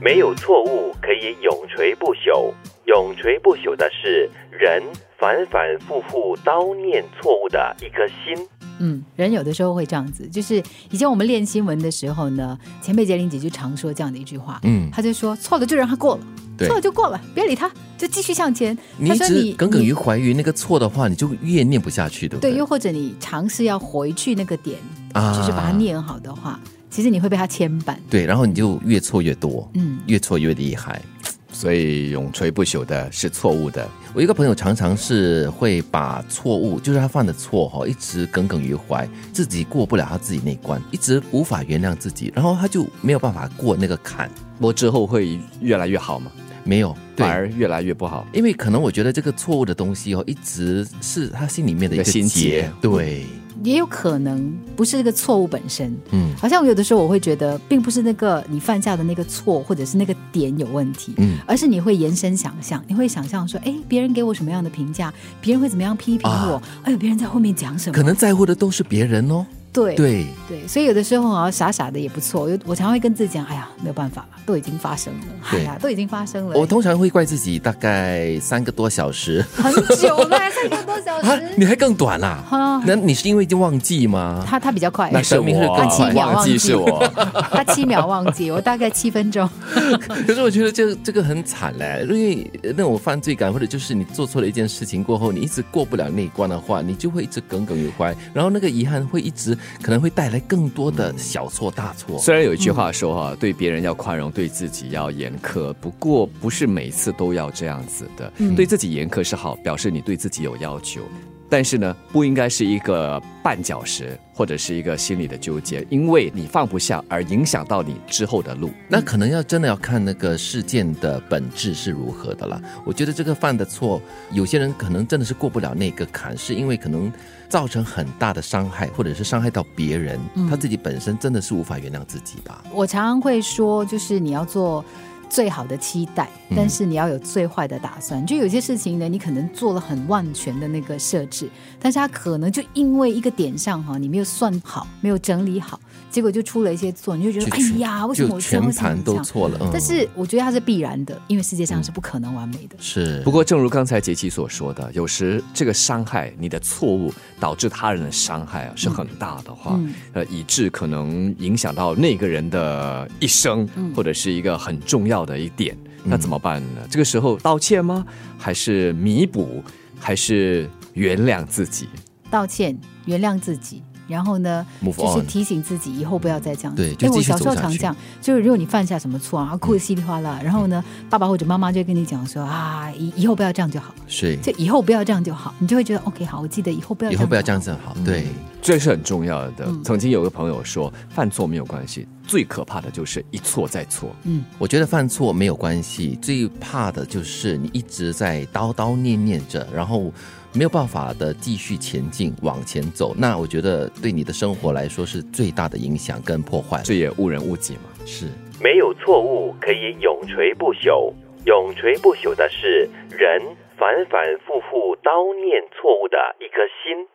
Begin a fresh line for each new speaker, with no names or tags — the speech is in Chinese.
没有错误可以永垂不朽，永垂不朽的是人反反复复叨念错误的一颗心。
嗯，人有的时候会这样子，就是以前我们练新闻的时候呢，前辈杰林姐就常说这样的一句话，
嗯，
她就说错了就让它过了，
对
错了就过了，别理它，就继续向前。
你
她
一
说
直
你
耿耿
你
于怀于那个错的话，你就越念不下去，对不
对，
对？
又或者你尝试要回去那个点，
啊
就是把它念好的话，其实你会被它牵绊。
对，然后你就越错越多，
嗯，
越错越厉害。
所以永垂不朽的是错误的。
我一个朋友常常是会把错误，就是他犯的错哈，一直耿耿于怀，自己过不了他自己那一关，一直无法原谅自己，然后他就没有办法过那个坎。
不过之后会越来越好嘛，
没有，对
反，而越来越不好。
因为可能我觉得这个错误的东西哦，一直是他心里面的一个
一个心结
结对，
也有可能不是这个错误本身，
嗯
好像有的时候我会觉得，并不是那个你犯下的那个错或者是那个点有问题，
嗯，
而是你会延伸想象，你会想象说，哎，别人给我什么样的评价，别人会怎么样批评我，哎呦，别人在后面讲什
啊可
么，
能在乎的都是别人哦。
对
对，
对，所以有的时候啊，傻傻的也不错。我我常常会跟自己讲，哎呀，没有办法了，都已经发生了，哎
对
呀，都已经发生了，
我通常会怪自己大概三个多小时
很久了，三个多小
啊，
时。
你还更短啦？
啊
那你是因为已经忘记吗？
他他比较快，
那是
生命是
我
更
快
啊忘记是我，
他七秒忘记，我大概七分钟。
可是我觉得这这个很惨嘞，因为那种犯罪感，或者就是你做错了一件事情过后，你一直过不了那一关的话，你就会一直耿耿于怀，然后那个遗憾会一直可能会带来更多的小错大错。
虽然有一句话说哈、 对别人要宽容，对自己要严苛，不过不是每次都要这样子的。
嗯
对自己严苛是好，表示你对自己有要求，但是呢，不应该是一个绊脚石或者是一个心理的纠结，因为你放不下而影响到你之后的路。
那可能要真的要看那个事件的本质是如何的了。我觉得这个犯的错，有些人可能真的是过不了那个坎，是因为可能造成很大的伤害，或者是伤害到别人，他自己本身真的是无法原谅自己吧。
我常常会说，就是你要做最好的期待，
嗯
但是你要有最坏的打算。就有些事情呢，你可能做了很万全的那个设置，但是它可能就因为一个点上哈，你没有算好，没有整理好，结果就出了一些错，你就觉得哎
全
呀，为什么
就
我这样
全
为什么
盘
这
都
样
错了，嗯
但是我觉得它是必然的，因为世界上是不可能完美的。
是
不过，正如刚才杰奇所说的，有时这个伤害，你的错误导致他人的伤害啊，是很大的话，
嗯
呃，以致可能影响到那个人的一生，
嗯
或者是一个很重要的一点。那怎么办呢？这个时候道歉吗？还是弥补？还是原谅自己？
道歉，原谅自己。然后呢
Move
就是
on
提醒自己以后不要再这样子。哎
对就
因为我
继续
小时候
走下
常
去嗯
这样，就是如果你犯下什么错啊，哭得稀里哗啦，然后呢，爸爸或者妈妈就会跟你讲说啊，以以后不要这样就好，
是
就以后不要这样就好，你就会觉得 OK，好，我记得以后不要
以后不要
就
这
好
样。子好，对，
这是很重要的
嗯。
曾经有个朋友说，犯错没有关系，最可怕的就是一错再错。
嗯，
我觉得犯错没有关系，最怕的就是你一直在叨叨念念着，然后没有办法的继续前进往前走，那我觉得对你的生活来说是最大的影响跟破坏。
这也误人误己嘛。
是
没有错误可以永垂不朽，永垂不朽的是人反反复复叨念错误的一颗心。